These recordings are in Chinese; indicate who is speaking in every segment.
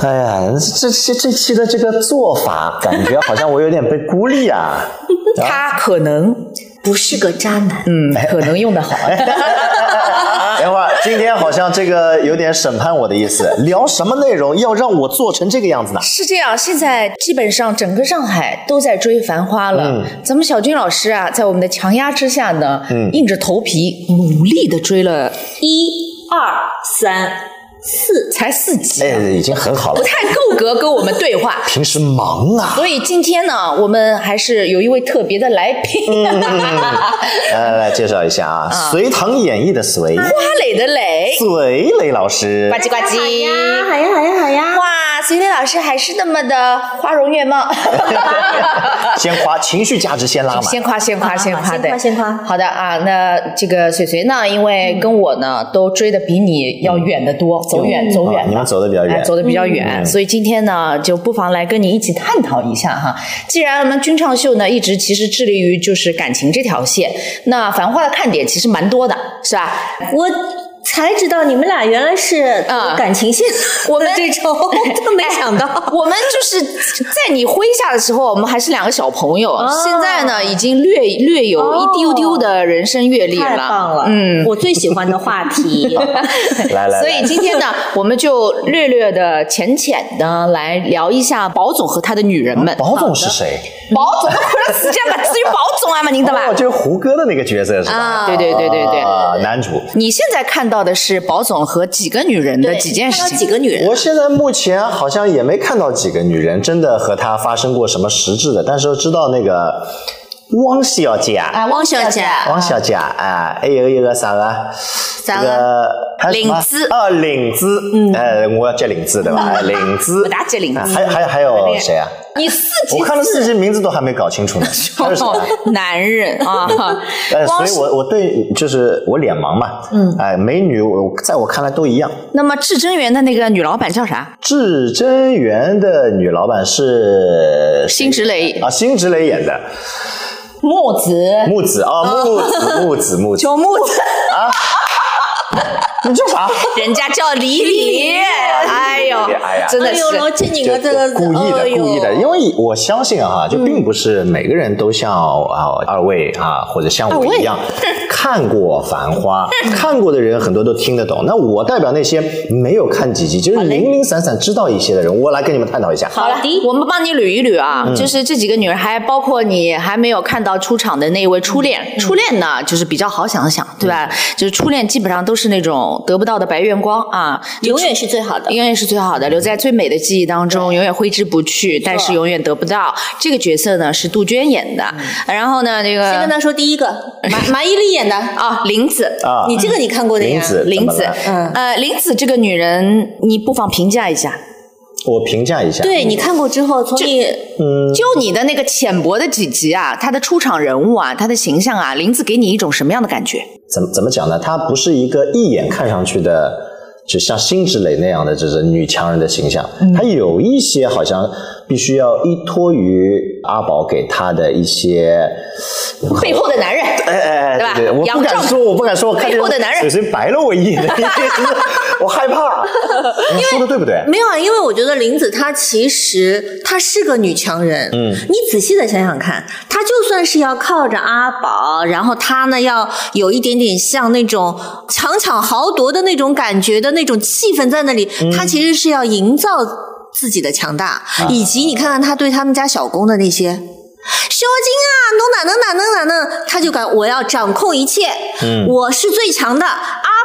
Speaker 1: 哎呀，这这这期的这个做法，感觉好像我有点被孤立啊。
Speaker 2: 他可能
Speaker 3: 不是个渣男，
Speaker 2: 嗯，可能用的好。
Speaker 1: 等会儿，哎今天好像这个有点审判我的意思，聊什么内容要让我做成这个样子呢？
Speaker 2: 是这样，现在基本上整个上海都在追《繁花》了。咱们小军老师啊，在我们的强压之下呢，硬着头皮努力的追了，
Speaker 3: 一二
Speaker 2: 嗯
Speaker 3: 三四，
Speaker 2: 才四集，啊
Speaker 1: 哎，已经很好了
Speaker 2: 不。太够格跟我们对话。
Speaker 1: 平时忙啊，
Speaker 2: 所以今天呢，我们还是有一位特别的来宾，嗯
Speaker 1: 来来来，介绍一下啊，隋唐演义》的隋，
Speaker 2: 花蕾的蕾，
Speaker 1: 隋磊老师
Speaker 2: 呱。唧呱
Speaker 3: 好
Speaker 2: 唧。
Speaker 3: 呀，好呀，好呀，好呀。
Speaker 2: 哇，隋磊老师还是那么的花容月貌。
Speaker 1: 先夸情绪价值先拉满，
Speaker 2: 先夸先夸
Speaker 3: 好
Speaker 2: 先夸，
Speaker 3: 先
Speaker 2: 对
Speaker 3: 夸先夸嗯
Speaker 2: 好的啊，那这个水水呢，因为跟我呢都追的比你要远得多，走远
Speaker 3: 嗯
Speaker 2: 走
Speaker 1: 啊
Speaker 2: 远
Speaker 1: 你
Speaker 2: 吧
Speaker 1: 们走的比较
Speaker 2: 哎，
Speaker 1: 远，
Speaker 2: 走的比较远，所以今天呢，就不妨来跟你一起探讨一下哈。既然我们君唱秀呢，一直其实致力于就是感情这条线，那繁花的看点其实蛮多的，是吧？
Speaker 3: 我才知道你们俩原来是
Speaker 2: 啊
Speaker 3: 感情线，
Speaker 2: 我们哎
Speaker 3: 这 种都没想到。
Speaker 2: 我们就是在你麾下的时候，我们还是两个小朋友，
Speaker 3: 哦
Speaker 2: 现在呢，已经略略有一丢丢的人生阅历
Speaker 3: 太棒了，
Speaker 2: 嗯，
Speaker 3: 我最喜欢的话 题，
Speaker 1: 来来，
Speaker 2: 所
Speaker 1: 来
Speaker 2: 以今 天呢，我们就略略的、浅浅的来聊一下宝总和他的女人们。
Speaker 1: 啊
Speaker 2: 啊
Speaker 1: 宝总是谁？
Speaker 2: 宝总，我死这样吧，至于宝总啊嘛，您懂吧
Speaker 1: 哦，？就是胡歌的那个角色是吧？
Speaker 3: 啊
Speaker 2: 对对对对对。
Speaker 1: 啊，男主。
Speaker 2: 你现在看到的是宝总和几个女人的
Speaker 3: 对
Speaker 2: 几件事
Speaker 3: 看到
Speaker 2: 情，
Speaker 3: 几个女人，
Speaker 1: 我现在目前好像也没看到几个女人真的和他发生过什么实质的，但是知道那个汪小姐，
Speaker 2: 啊，
Speaker 3: 汪小姐
Speaker 1: 汪小姐啊，还有一个啥个，
Speaker 2: 啥
Speaker 1: 这个还有什么
Speaker 2: 领子
Speaker 1: 啊，领子，嗯，哎，我要叫领子 对吧？哎领子
Speaker 2: 我，打姐领
Speaker 1: 啊
Speaker 2: 子，哎
Speaker 1: 还还还有谁啊？
Speaker 2: 你四
Speaker 1: 我看了四集名字都还没搞清 楚呢，还有谁啊？
Speaker 2: 男人啊，
Speaker 1: 哎，所
Speaker 2: 哦汪
Speaker 1: 以我我对就是我脸盲嘛，嗯，哎，美女我在我看来都一样。
Speaker 2: 那么至臻园的那个女老板 叫啥？
Speaker 1: 至真园的女老板是
Speaker 2: 辛芷蕾、
Speaker 1: 啊，辛芷蕾演的
Speaker 2: 木子、
Speaker 1: 木子啊，木 子木子木子，
Speaker 2: 九木子，
Speaker 1: 你叫啥？
Speaker 2: 人家叫 李李，哎呦
Speaker 1: 哎呀，
Speaker 2: 真的
Speaker 3: 哎
Speaker 2: 是
Speaker 3: 呦，罗这你
Speaker 1: 就
Speaker 3: 个这个哎
Speaker 1: 故意的，哦故意的，因为我相信啊，就并不是每个人都像啊二位啊或者像
Speaker 2: 二
Speaker 1: 我
Speaker 2: 位
Speaker 1: 一 样看过《繁花》， 看过的人很多都听得懂。那我代表那些没有看几集，就是零零散散知道一些的人，我来跟你们探讨一下。
Speaker 2: 好了
Speaker 3: 好的，
Speaker 2: 我们帮你捋一捋啊，
Speaker 1: 嗯
Speaker 2: 就是这几个女人，还包括你还没有看到出场的那一位初恋。
Speaker 1: 嗯
Speaker 2: 初恋呢，就是比较好想想，对吧？就是初恋基本上都是那种得不到的白月光啊，
Speaker 3: 永远是最好的。
Speaker 2: 永远是最好的，留在最美的记忆当中，永远挥之不去，但是永远得不到。这个角色呢是杜鹃演
Speaker 1: 嗯
Speaker 2: 的，然后呢，这
Speaker 3: 先跟
Speaker 2: 个
Speaker 3: 他说第一个，马马伊琍演的，
Speaker 2: 啊林子。
Speaker 1: 啊，
Speaker 3: 你这个你看过的呀？
Speaker 1: 林子
Speaker 2: 林
Speaker 1: 怎么
Speaker 2: 子
Speaker 1: 了，
Speaker 3: 嗯
Speaker 2: 呃，林子这个女人，你不妨评价一下，
Speaker 1: 我评价一下。
Speaker 3: 对你看过之后，从你
Speaker 2: 就你的那个浅薄的几集啊，她的出场人物啊，她的形象啊，林子给你一种什么样的感觉？
Speaker 1: 怎么怎么讲呢？她不是一个一眼看上去的，就像辛芷蕾那样的，就是女强人的形象。
Speaker 2: 嗯
Speaker 1: 她有一些好像必须要依托于阿宝给她的一些，
Speaker 2: 背后的男人，
Speaker 1: 哎哎哎，
Speaker 2: 对吧
Speaker 1: 对，我不
Speaker 2: 杨
Speaker 1: 敢
Speaker 2: 正
Speaker 1: 说，我不敢说，我看见
Speaker 2: 背后的男人
Speaker 1: 水水白了我一眼的意思， 我害 怕。你说的对不对？
Speaker 3: 没有啊，因为我觉得林子她其实她是个女强人。嗯，你仔细的想想看，她就算是要靠着阿宝，然后她呢要有一点点像那种强抢豪夺的那种感觉的那种气氛在那里，她其实是要营造自己的强大，以及你看看她对他们家小公的那些。小金啊，侬哪能哪能哪能？他就敢我要掌控一切，我是最强的。阿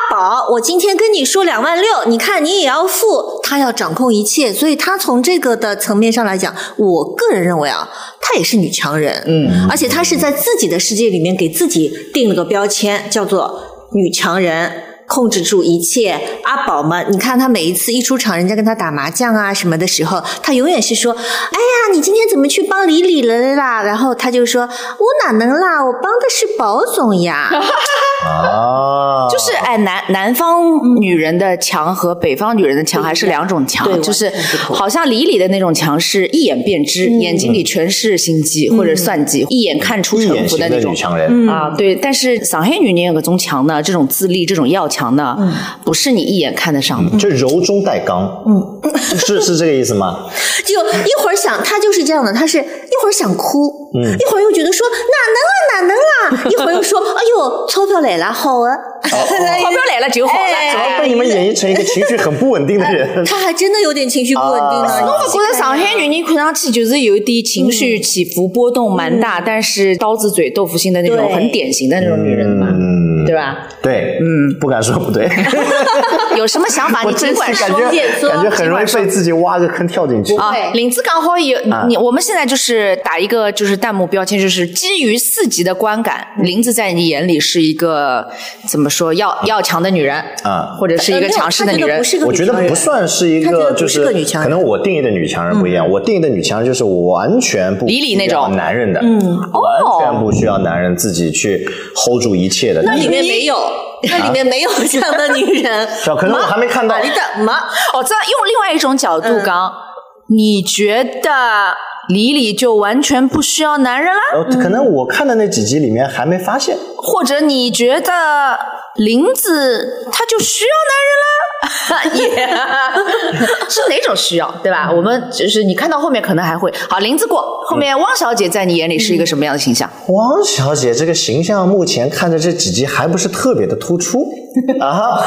Speaker 3: 宝，我今天跟你说两万六，你看你也要付。他要掌控一切，所以他从这个的层面上来讲，我个人认为啊，她也是女强人，嗯，而且她是在自己的世界里面给自己定了个标签，叫做女强人。控制住一切，阿宝嘛，你看他每一次一出场，人家跟他打麻将啊什么的时候，他永远是说：“哎呀，你今天怎么去帮李李了啦？”然后他就说：“我哪能啦？我帮的是宝总呀。
Speaker 1: 啊，
Speaker 2: 就是哎，南南方女人的强和北方女人的强还是两种
Speaker 3: 对
Speaker 2: 强，
Speaker 3: 完
Speaker 2: 就是
Speaker 3: 全不同
Speaker 2: 好像李李的那种强是一眼便知，眼睛里全是心机或者算计，一眼看出
Speaker 1: 一
Speaker 2: 城
Speaker 1: 眼
Speaker 2: 府
Speaker 1: 型
Speaker 2: 的
Speaker 1: 的
Speaker 2: 那
Speaker 1: 女
Speaker 2: 种。嗯
Speaker 1: 强人。
Speaker 2: 啊，对，但是上海女人有个种强呢，这种自立，这种要强的，不是你一眼看得上的。
Speaker 1: 就柔中带刚，嗯，是是这个意思 吗？
Speaker 3: 就一会儿想他就是这样的，他是一会儿想哭，一会儿又觉得说哪能啊哪能啊，一会儿又说哎呦钞票来了好啊，
Speaker 2: 跑不来了，只有好
Speaker 3: 哎
Speaker 1: 怎哦么被你们演绎成一个情绪很不稳定的人？
Speaker 3: 他还真的有点情绪不稳定呢。
Speaker 1: 啊
Speaker 2: 哦我觉得上海女人看上去就是有一点情绪起伏波动蛮大，但是刀子嘴豆腐心的那种
Speaker 3: 对
Speaker 2: 很典型的那种女人嘛，
Speaker 1: 嗯
Speaker 2: 对吧？
Speaker 1: 对，嗯，不敢说不对，
Speaker 2: 有什么想法
Speaker 1: 我
Speaker 2: 你尽
Speaker 1: 真是
Speaker 2: 管
Speaker 1: 感
Speaker 2: 说。
Speaker 1: 觉
Speaker 3: 也 说哦
Speaker 1: 感觉很容易被自己挖个坑跳进去。
Speaker 2: 啊
Speaker 3: 对，
Speaker 2: 林子刚好有啊
Speaker 1: 啊
Speaker 2: 你，我们现在就是打一个就是弹幕标签，就是基于四级的观感，林子在你眼里是一个怎么说要要强的女人
Speaker 1: 啊
Speaker 2: 或者
Speaker 3: 呃
Speaker 2: 是一个强势的女人
Speaker 3: 不，是个
Speaker 1: 我
Speaker 3: 女
Speaker 1: 觉
Speaker 3: 强
Speaker 1: 得
Speaker 3: 人，
Speaker 1: 不算是一
Speaker 3: 他觉
Speaker 1: 个，
Speaker 3: 得
Speaker 1: 就
Speaker 3: 不是
Speaker 1: 是
Speaker 3: 个女强
Speaker 1: 可
Speaker 3: 人
Speaker 1: 能我定义的女强人不一样。我定义的女强人就是我完全
Speaker 3: 嗯
Speaker 1: 不
Speaker 2: 李李那种
Speaker 1: 需要男人的，嗯，完全不需要男人自己去 hold 住一切的。
Speaker 3: 那里面没有，
Speaker 2: 啊
Speaker 3: 那里面 没有这样的女人。
Speaker 1: 小可能我还没看到
Speaker 3: 玛丽的妈，
Speaker 2: 我知道用另外一种角度刚，你觉得李李就完全不需要男人啦？
Speaker 1: 呃
Speaker 3: 嗯
Speaker 1: 可能我看的那几集里面还没发现，
Speaker 2: 或者你觉得林子他就需要男人啦？ 也是哪种需要，对吧？我们就是你看到后面可能还会好，林子过后面汪小姐在你眼里是一个什么样的形象？
Speaker 1: 汪小姐这个形象目前看着这几集还不是特别的突 出啊，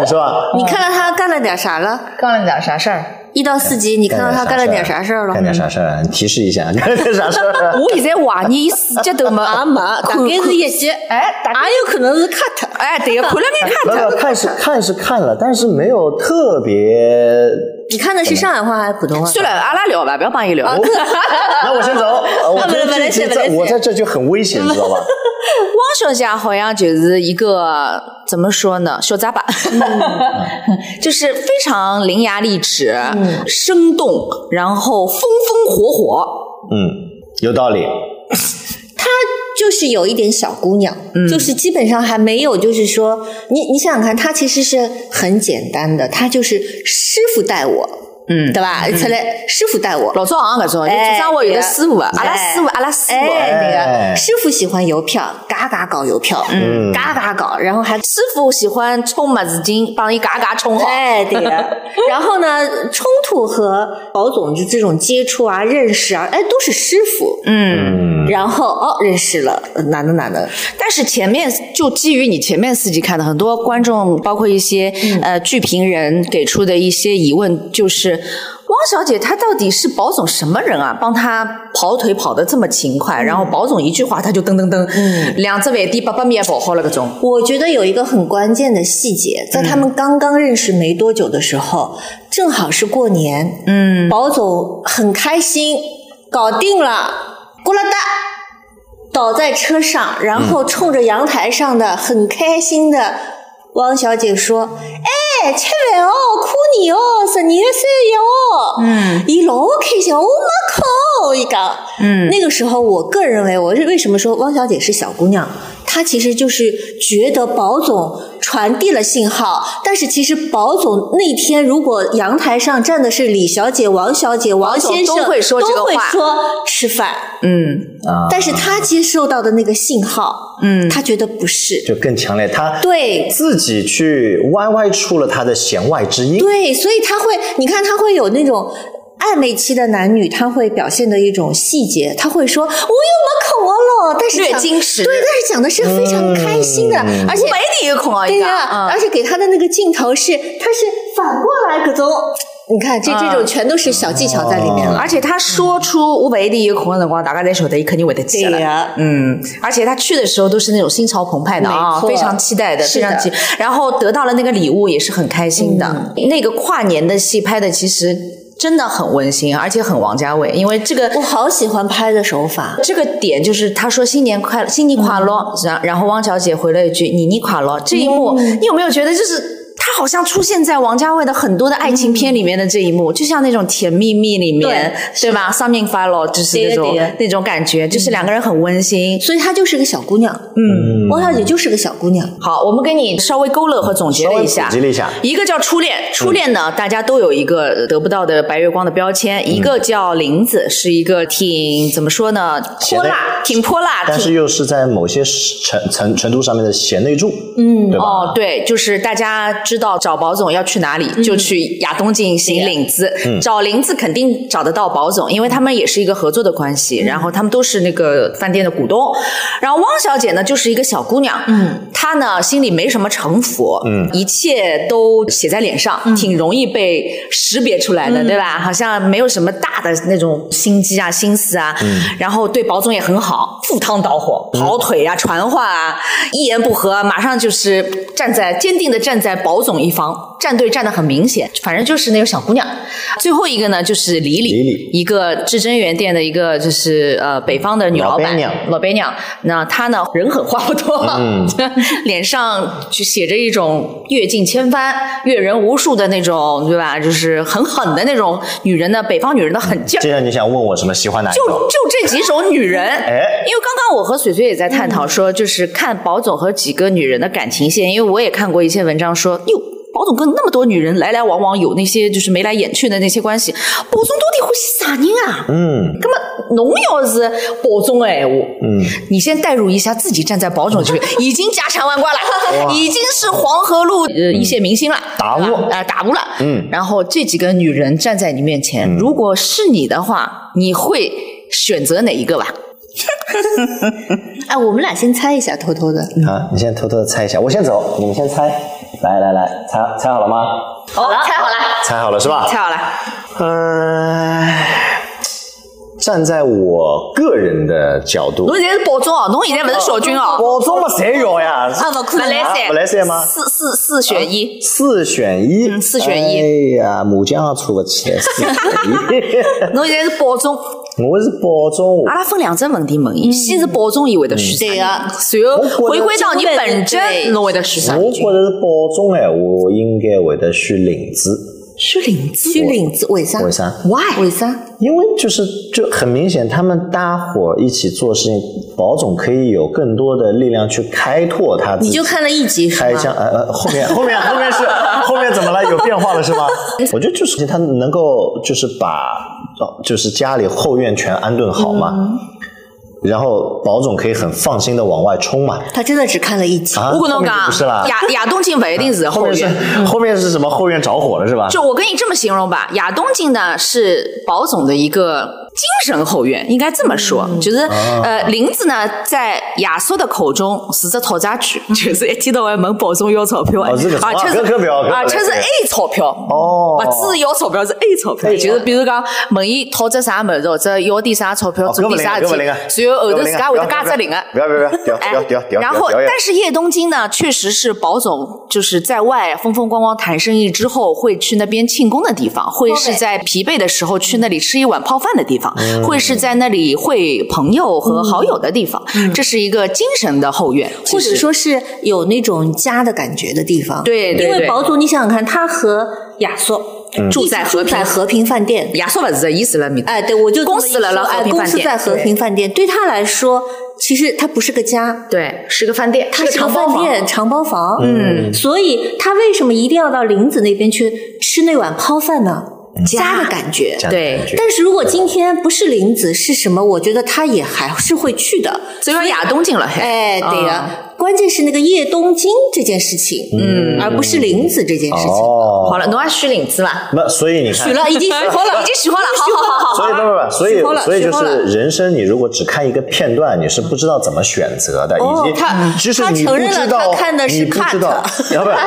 Speaker 1: 你说吧？
Speaker 3: 你看看她干了点啥了？
Speaker 2: 干了点啥事儿？
Speaker 3: 一到四级，你看到她干了点啥事儿了
Speaker 1: 干？点啥事儿啊？你提示一下，干点啥事儿啊？
Speaker 2: 我现在怀疑四级都没
Speaker 3: 啊没，大概是一级，
Speaker 2: 哎，大
Speaker 3: 也有可能是 cut。
Speaker 2: 哎，对个 看 了眼
Speaker 1: 没
Speaker 2: 看
Speaker 1: 有，
Speaker 2: 的。
Speaker 1: 看 是看是看了，但是没有特 别。
Speaker 3: 你看的是上海话还是普通话？
Speaker 2: 算了，阿拉聊吧，不要帮伊聊。
Speaker 1: 那我先走，呃 我
Speaker 3: 不
Speaker 1: 这
Speaker 3: 能不能
Speaker 1: 这集
Speaker 3: 写不
Speaker 1: 在
Speaker 3: 能写
Speaker 1: 我在这就很危险，你知道吧？
Speaker 2: 汪小姐好像就是一个怎么说呢，小杂巴，
Speaker 3: 嗯
Speaker 2: 就是非常伶牙俐齿、
Speaker 3: 嗯
Speaker 2: 生动，然后风风火火。
Speaker 1: 嗯，有道理。
Speaker 3: 她就是有一点小姑娘，
Speaker 2: 嗯
Speaker 3: 就是基本上还没有，就是说，你你想想看，她其实是很简单的，她就是师傅带我，
Speaker 2: 嗯，
Speaker 3: 对吧？才来师傅带我，
Speaker 2: 老早好像搿种，就至少我有个师傅啊，阿
Speaker 3: 哎
Speaker 2: 拉师傅，阿啊拉师
Speaker 3: 哎，
Speaker 2: 傅。
Speaker 3: 那
Speaker 1: 哎
Speaker 3: 个师傅喜欢邮票，嘎嘎搞邮票，嗯，嘎嘎搞，然后还。
Speaker 2: 师傅喜欢冲么子精，帮伊嘎嘎冲好。
Speaker 3: 哎，对 的。然后呢，冲突和保总就这种接触啊、认识啊，哎，都是师傅。
Speaker 2: 嗯，
Speaker 1: 嗯，
Speaker 3: 然后哦，认识了，呃男的男的，
Speaker 2: 但是前面就基于你前面四集看的，很多观众包括一些、呃剧评人给出的一些疑问，就是汪小姐她到底是保总什么人啊？帮她跑腿跑得这么勤快，然后保总一句话她就噔噔噔，两只饭店八百米也跑好了，各种。
Speaker 3: 我觉得有一个很关键的细节，在他们刚刚认识没多久的时候，正好是过年，嗯，保总很开心，搞定了，咕啦哒，倒在车上，然后冲着阳台上的很开心的汪小姐说：“哎，吃饭哦，过年哦，十二月三一哦。”嗯，伊老开心，我没哭，伊讲。嗯，那个时候，我个人认为，我是为什么说汪小姐是小姑娘？她其实就是觉得保总传递了信号，但是其实保总那天如果阳台上站的是李小姐、王小姐、王
Speaker 2: 总
Speaker 3: 先生，
Speaker 2: 都会说这个
Speaker 3: 都会
Speaker 2: 话
Speaker 3: 说吃饭。
Speaker 2: 嗯，
Speaker 1: 啊，
Speaker 3: 但是他接受到的那个信号，嗯，他觉得不是，
Speaker 1: 就更强烈，他
Speaker 3: 对
Speaker 1: 自己去歪歪出了他的弦外之音。
Speaker 3: 对，所以他会，你看他会有那种暧昧期的男女，他会表现的一种细节，他会说我又没空我啊了，但是
Speaker 2: 略
Speaker 3: 讲
Speaker 2: 矜持嗯
Speaker 3: 对，但是讲的是非常开心的，而且
Speaker 2: 没你一个空啊，
Speaker 3: 对
Speaker 2: 一个
Speaker 3: 呀、
Speaker 2: 嗯
Speaker 3: 而且给他的那个镜头是，他是反过来各种，你看
Speaker 2: 嗯
Speaker 3: 这这种全都是小技巧在里面了，
Speaker 2: 而且他说出我唯一一个空的辰光，大家侪晓得，伊肯定会得记
Speaker 3: 对
Speaker 2: 了。
Speaker 3: 呀、
Speaker 2: 嗯，而且他去的时候都是那种心潮澎湃的啊，
Speaker 3: 没错
Speaker 2: 非常期待的，
Speaker 3: 是
Speaker 2: 非
Speaker 3: 的
Speaker 2: 常期。然后得到了那个礼物也是很开心的。
Speaker 3: 嗯
Speaker 2: 那个跨年的戏拍的其实真的很温馨，而且很王家卫，因为这个
Speaker 3: 我好喜欢拍的手法，
Speaker 2: 这个点就是他说新年快乐，
Speaker 3: 嗯嗯
Speaker 2: 新年快乐，然、然后汪小姐回了一句你你快乐，这一幕、你有没有觉得就是？他好像出现在王家卫的很多的爱情片里面的这一
Speaker 3: 嗯
Speaker 2: 幕，就像那种《甜蜜蜜》里面，对吧？Something follow 就是那种
Speaker 3: 对对
Speaker 2: 那种感觉，
Speaker 3: 嗯
Speaker 2: 就是两个人很温馨。
Speaker 3: 所以她就是个小姑娘，
Speaker 2: 嗯，
Speaker 3: 汪小姐就是个小姑娘，
Speaker 2: 好，我们给你稍微勾勒和总结
Speaker 1: 稍
Speaker 2: 了
Speaker 1: 微
Speaker 2: 一下啊
Speaker 1: 普及，了一嗯下，
Speaker 2: 一个叫初恋，初恋呢，大家都有一个得不到的白月光的标
Speaker 1: 嗯
Speaker 2: 签，一个叫林子，是一个挺怎么说呢，
Speaker 1: 显
Speaker 2: 泼
Speaker 1: 得
Speaker 2: 辣，挺泼辣，
Speaker 1: 但
Speaker 2: 挺
Speaker 1: 是又是在某些程程程度上面的贤内助，嗯，对吧？
Speaker 2: 哦，对，就是大家知道找宝总要去哪里，就去亚东进行领资，
Speaker 1: 嗯
Speaker 2: 找林子肯定找得到宝总，因为他们也是一个合作的关系，然后他们都是那个饭店的股东。然后汪小姐呢，就是一个小姑娘，嗯，她呢心里没什么城府，
Speaker 1: 嗯
Speaker 2: 一切都写在脸上，挺容易被识别出来的，
Speaker 1: 嗯
Speaker 2: 对吧？好像没有什么大的那种心机啊、心思啊，
Speaker 1: 嗯
Speaker 2: 然后对宝总也很好，赴汤蹈火，跑腿啊、传话啊，一言不合马上就是站在坚定的站在宝总一方，站队站得很明显，反正就是那个小姑娘。最后一个呢，就是李李，
Speaker 1: 李李
Speaker 2: 一个至臻园店的一个就是呃北方的女老
Speaker 1: 老
Speaker 2: 板
Speaker 1: 板娘
Speaker 2: 老板娘，那她呢人狠话不多，
Speaker 1: 嗯
Speaker 2: 脸上就写着一种阅尽千帆、阅人无数的那种，对吧？就是很狠的那种女人的北方女人的狠劲儿。
Speaker 1: 既然你想问我什么喜欢哪一
Speaker 2: 就
Speaker 1: 种，
Speaker 2: 就这几种女人，
Speaker 1: 哎
Speaker 2: 因为刚刚我和水水也在探讨说，就是看宝总和几个女人的感情线，因为我也看过一些文章说，哟，宝总跟那么多女人来来往往，有那些就是眉来眼去的那些关系，宝总到底欢喜啥人啊？
Speaker 1: 嗯
Speaker 2: 那么侬要是宝总的闲话，
Speaker 1: 嗯，
Speaker 2: 你先代入一下自己站在宝总这边，已经家产万贯了，
Speaker 1: 哇
Speaker 2: 已经是黄河路呃一线明星了，
Speaker 1: 打
Speaker 2: 对吧
Speaker 1: 物
Speaker 2: 呃打乌了，
Speaker 1: 嗯
Speaker 2: 然后这几个女人站在你面前，如果是你的话，你会选择哪一个吧？
Speaker 3: 哎，我们俩先猜一下，偷偷的，
Speaker 1: 啊，你先偷偷的猜一下，我先走，你们先猜，来来来，猜猜好了吗？
Speaker 2: 好了，猜好了，
Speaker 1: 猜好了是吧？
Speaker 2: 猜好了。
Speaker 1: 嗯，站在我个人的角度，
Speaker 2: 侬现在是宝总哦，侬现在不是小军哦，
Speaker 1: 我这么谁有呀？
Speaker 3: 啊，不
Speaker 2: 不
Speaker 3: 可
Speaker 2: 来
Speaker 3: 能，
Speaker 2: 塞，
Speaker 1: 不来塞吗
Speaker 2: 四四四选一，
Speaker 1: 四选一，
Speaker 2: 嗯四选一
Speaker 1: 哎呀，麻将也出不起来，四选一。
Speaker 2: 侬现在是宝总，
Speaker 1: 我是保中，
Speaker 2: 阿拉分两只问题问伊，先是宝总伊
Speaker 1: 嗯
Speaker 2: 会得选啥
Speaker 3: 对
Speaker 2: 人，
Speaker 3: 啊
Speaker 2: 然后
Speaker 1: 我
Speaker 2: 回
Speaker 1: 觉得
Speaker 2: 归到你
Speaker 3: 对
Speaker 2: 本
Speaker 3: 对
Speaker 2: 真，侬会得选啥人
Speaker 1: 我？觉得是保中哎，我应该会得选领子，
Speaker 2: 选林子。
Speaker 3: 去领子，为啥？
Speaker 1: 为啥？
Speaker 3: ？Why？为啥？
Speaker 1: 因为就是就很明显，他们搭伙一起做事情，保总可以有更多的力量去开拓他自己。
Speaker 3: 你就看了一集是
Speaker 1: 嗯开
Speaker 3: 吗？
Speaker 1: 枪，呃呃，后面后面后面是后面怎么了？有变化了是吗？我觉得就是他能够就是把哦就是家里后院全安顿好嘛，然后保总可以很放心的往外冲嘛。
Speaker 3: 他真的只看了一集，
Speaker 1: 啊，
Speaker 2: 我跟
Speaker 1: 后
Speaker 2: 侬
Speaker 1: 面就
Speaker 2: 讲
Speaker 1: 不是啊啦，，
Speaker 2: 亚亚东进不一定是
Speaker 1: 后
Speaker 2: 后
Speaker 1: 面是
Speaker 2: 院。
Speaker 1: 后面是什么？后院着火了是吧？
Speaker 2: 就我跟你这么形容吧，亚东进呢是保总的一个精神后院，应该这么说，就是、
Speaker 1: 啊
Speaker 2: 呃，林子呢在亚叔的口中是只讨债鬼，就是哎一天到晚问保总要钞票，
Speaker 1: 哦这个
Speaker 2: 而且
Speaker 1: 啊搿搿不
Speaker 2: 是
Speaker 1: 要搿不要
Speaker 2: 而且是 A 钞票，
Speaker 1: 哦
Speaker 2: 不只要钞票是 A 钞票，
Speaker 1: A
Speaker 2: 就是比如讲问伊讨只啥物事，或者要点啥钞票，
Speaker 1: 哦
Speaker 2: 做点啥
Speaker 1: 搿
Speaker 2: 事
Speaker 1: 勿灵啊
Speaker 2: 体，然后后
Speaker 1: 搿勿
Speaker 2: 头
Speaker 1: 灵啊
Speaker 2: 自家会
Speaker 1: 不
Speaker 2: 得
Speaker 1: 要
Speaker 2: 加
Speaker 1: 不
Speaker 2: 只
Speaker 1: 要
Speaker 2: 零个。
Speaker 1: 不要不要不要
Speaker 2: 哎
Speaker 1: 不要不要不要，
Speaker 2: 然后，
Speaker 1: 不要
Speaker 2: 但是叶东京呢，确实是保总就是在外风风光光谈生意之后，会去那边庆功的地方，会是在疲惫的时候去那里吃一碗泡饭的地方，会是在那里会朋友和好友的地方。这是一个精神的后院，嗯
Speaker 3: 或
Speaker 2: 其
Speaker 3: 者
Speaker 2: 实
Speaker 3: 说是有那种家的感觉的地方。
Speaker 2: 对对
Speaker 3: 因为
Speaker 2: 对
Speaker 3: 宝总，你想想看，他和亚索
Speaker 2: 住在和
Speaker 3: 住
Speaker 2: 平
Speaker 3: 在和平饭店，
Speaker 2: 亚瑟不是的意思了，名字
Speaker 3: 哎，对我就这么
Speaker 2: 公司了
Speaker 3: 一说
Speaker 2: 了和
Speaker 3: 哎，
Speaker 2: 平
Speaker 3: 公
Speaker 2: 饭
Speaker 3: 司
Speaker 2: 店
Speaker 3: 在和平饭店，对他来说，其实他不是个家，
Speaker 2: 对，是个饭店，
Speaker 3: 他
Speaker 2: 个
Speaker 3: 是个
Speaker 2: 长包
Speaker 3: 饭
Speaker 2: 房
Speaker 3: 店长包房，嗯，所以他为什么一定要到林子那边去吃那碗泡饭呢？家的感觉。
Speaker 1: 这样的
Speaker 2: 对
Speaker 1: 感觉
Speaker 3: 但是如果今天不是林子是什么，我觉得他也还是会去的。
Speaker 2: 所以说亚东进了，嘿
Speaker 3: 哎，对呀、
Speaker 2: 啊
Speaker 3: 关键是那个叶东京这件事情，嗯，而不是林子这件事情。
Speaker 2: 好
Speaker 1: 哦，
Speaker 2: 了，侬还选领子吧？
Speaker 1: 那所以你看
Speaker 3: 许。了，已经许好了，
Speaker 2: 已经许好了，好好好好好。
Speaker 1: 所以不不不，所
Speaker 3: 许啊好了
Speaker 1: 以所以就
Speaker 3: 许好
Speaker 1: 是
Speaker 3: 了
Speaker 1: 人生，你如果只看一个片段，你是不知道怎么选择的，
Speaker 3: 哦
Speaker 1: 以及
Speaker 3: 他
Speaker 1: 即使
Speaker 3: 他
Speaker 1: 你
Speaker 3: 承
Speaker 1: 不
Speaker 3: 认了
Speaker 1: 知道，
Speaker 3: 他看的是
Speaker 1: 你不知道，要不然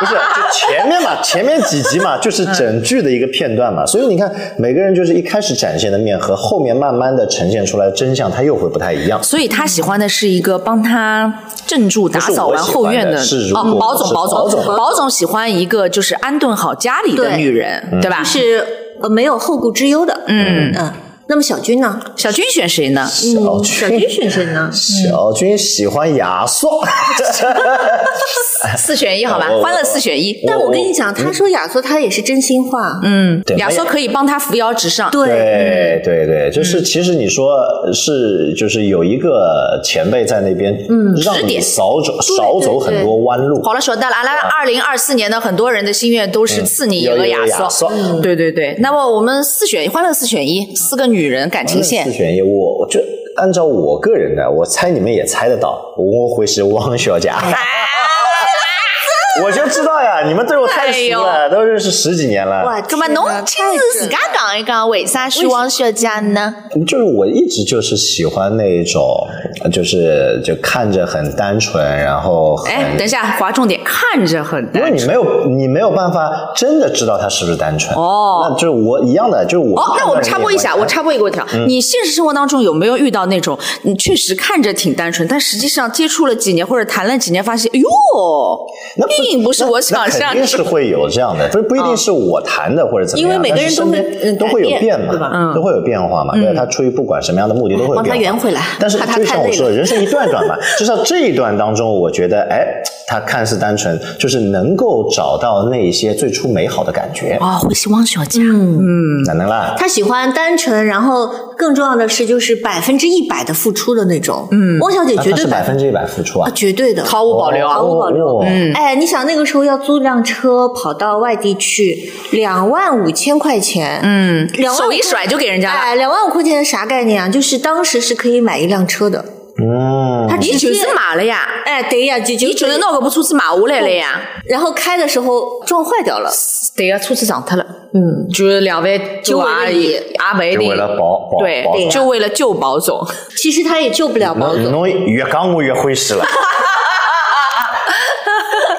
Speaker 1: 不是就前面 嘛，前面几集嘛，就是整剧的一个片段嘛，所以你看每个人就是一开始展现的面和后面慢慢的呈现出来的真相，它又会不太一样。
Speaker 2: 所以他喜欢的是一个帮他镇住、打扫完后院
Speaker 1: 不是我喜欢的
Speaker 2: 哦
Speaker 1: 是如，果
Speaker 2: 保总，
Speaker 1: 是
Speaker 2: 保
Speaker 1: 保
Speaker 2: 总，
Speaker 1: 总
Speaker 2: 保总喜欢一个就是安顿好家里的
Speaker 3: 对
Speaker 2: 女人，对吧
Speaker 3: 就？是呃没有后顾之忧的。嗯嗯，那么小军呢？
Speaker 2: 小军选谁呢？
Speaker 1: 小
Speaker 3: 嗯小军选谁呢？
Speaker 1: 小军喜欢亚 索，
Speaker 2: 四选一好吧，
Speaker 1: 我我
Speaker 2: 欢乐四选一。
Speaker 3: 但我跟你讲，他说亚索，他也是真心话。
Speaker 2: 嗯
Speaker 1: 对，
Speaker 2: 亚
Speaker 1: 哎呀
Speaker 2: 索可以帮他扶摇直上。
Speaker 3: 对，
Speaker 1: 对
Speaker 2: 嗯
Speaker 1: 对对，就是其实你说是就是有一个前辈在那边，嗯，让
Speaker 2: 指
Speaker 1: 你
Speaker 2: 点
Speaker 1: 少走少走很多弯路。嗯
Speaker 2: 好了，说到了，来，二零二四年的很多人的心愿都是赐你一
Speaker 1: 有有
Speaker 2: 个
Speaker 1: 亚
Speaker 2: 亚
Speaker 1: 索
Speaker 2: 索。
Speaker 1: 嗯
Speaker 2: 对对对，那么我们四选一，欢乐四选一，四个女人感情
Speaker 1: 四
Speaker 2: 线，
Speaker 1: 选一，我我就按照我个人的，我猜你们也猜得到，我会是汪小姐。
Speaker 2: 哎
Speaker 1: 我就知道呀，你们对我太熟
Speaker 2: 哎
Speaker 1: 了，都认识十几年了。
Speaker 3: 哇，
Speaker 2: 葛么
Speaker 3: 天
Speaker 2: 侬
Speaker 3: 哪
Speaker 2: 亲自自家讲一讲，为啥选汪小姐呢？
Speaker 1: 就是我一直就是喜欢那种，就是就看着很单纯，然后很
Speaker 2: 哎，等一下，划重点，看着很
Speaker 1: 因为
Speaker 2: 单
Speaker 1: 你没有你没有办法真的知道他是不是单纯
Speaker 2: 哦
Speaker 1: 那就是我一样的，就是我
Speaker 2: 哦，那
Speaker 1: 看到
Speaker 2: 我
Speaker 1: 人
Speaker 2: 插播一下，
Speaker 1: 也会
Speaker 2: 我插播一个问题啊，
Speaker 1: 嗯
Speaker 2: 你现实生活当中有没有遇到那种你确实看着挺单纯，但实际上接触了几年或者谈了几年，发现，哎呦
Speaker 1: 那，
Speaker 2: 并不是我想
Speaker 1: 那肯
Speaker 2: 象
Speaker 1: 定
Speaker 2: 中
Speaker 1: 是会有这样的，不是不一定是我谈的或者怎么样，
Speaker 3: 因为每个人都会
Speaker 1: 但是身边
Speaker 3: 嗯
Speaker 1: 都会有
Speaker 3: 改变
Speaker 1: 变嘛，
Speaker 3: 对吧
Speaker 2: 嗯
Speaker 1: 都会有变化嘛，对，他出于不管什么样的目的都会有
Speaker 3: 帮他
Speaker 1: 变
Speaker 3: 圆
Speaker 1: 化。
Speaker 3: 回来，
Speaker 1: 但是
Speaker 3: 怕他
Speaker 1: 就
Speaker 3: 太
Speaker 1: 像我
Speaker 3: 累
Speaker 1: 说
Speaker 3: 了
Speaker 1: 的，。人生一段段嘛，至少这一段当中，我觉得，哎，他看似单纯，就是能够找到那一些最初美好的感觉，
Speaker 2: 哦，会是汪小姐，
Speaker 1: 嗯哪能啦？
Speaker 3: 嗯他喜欢单纯，然后更重要的是就是百分之一百的付出的那种。嗯，汪小姐
Speaker 1: 那
Speaker 3: 绝
Speaker 1: 他
Speaker 3: 对
Speaker 1: 是百分之一百付出啊
Speaker 3: 啊，，绝对的。
Speaker 2: 毫无保留啊
Speaker 1: 哦
Speaker 3: 毫无保留
Speaker 1: 哦
Speaker 2: 嗯
Speaker 3: 哎，你想那个时候要租辆车跑到外地去，两万五千块钱，
Speaker 2: 嗯，
Speaker 3: 两万
Speaker 2: 手一甩就给人家了。
Speaker 3: 哎，两万五块钱啥概念啊？就是当时是可以买一辆车的。
Speaker 1: 嗯，
Speaker 3: 他
Speaker 2: 你
Speaker 3: 直
Speaker 2: 就是
Speaker 3: 接
Speaker 2: 买了呀，
Speaker 3: 哎，对呀，哦就就
Speaker 2: 你就是拿搿部车子买下来了呀。
Speaker 3: 然后开的时候撞坏掉了，
Speaker 2: 对个，车子撞脱了，
Speaker 3: 嗯，
Speaker 2: 就是两万九也也没
Speaker 1: 就
Speaker 2: 的，
Speaker 1: 为了保保
Speaker 2: 对
Speaker 1: 保，
Speaker 2: 就为了救保总。
Speaker 3: 其实他也救不了保总。
Speaker 1: 侬
Speaker 2: 嗯
Speaker 1: 越讲我越欢喜 了，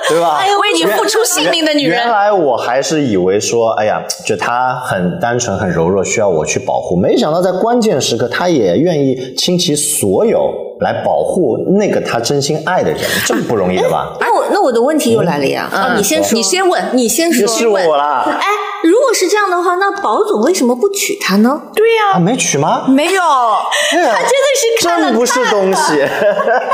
Speaker 1: 对吧？
Speaker 2: 哎为你付出性命的女
Speaker 1: 原
Speaker 2: 人，
Speaker 1: 来我还是以为说，哎呀，就她很单纯、很柔弱，需要我去保护。没想到在关键时刻，她也愿意倾其所有来保护那个她真心爱的人，这么不容易的 吧？
Speaker 3: 那我那我的问题又来了呀！啊，你先说，
Speaker 2: 嗯你先问
Speaker 3: 你先
Speaker 1: 就
Speaker 3: 说。
Speaker 1: 是我啦，
Speaker 3: 哎，如果是这样的话，那保总为什么不娶她呢？
Speaker 2: 对呀
Speaker 1: 啊，没娶吗？
Speaker 2: 没有，哎
Speaker 1: 他真
Speaker 3: 真的是看了
Speaker 1: 真不是东西。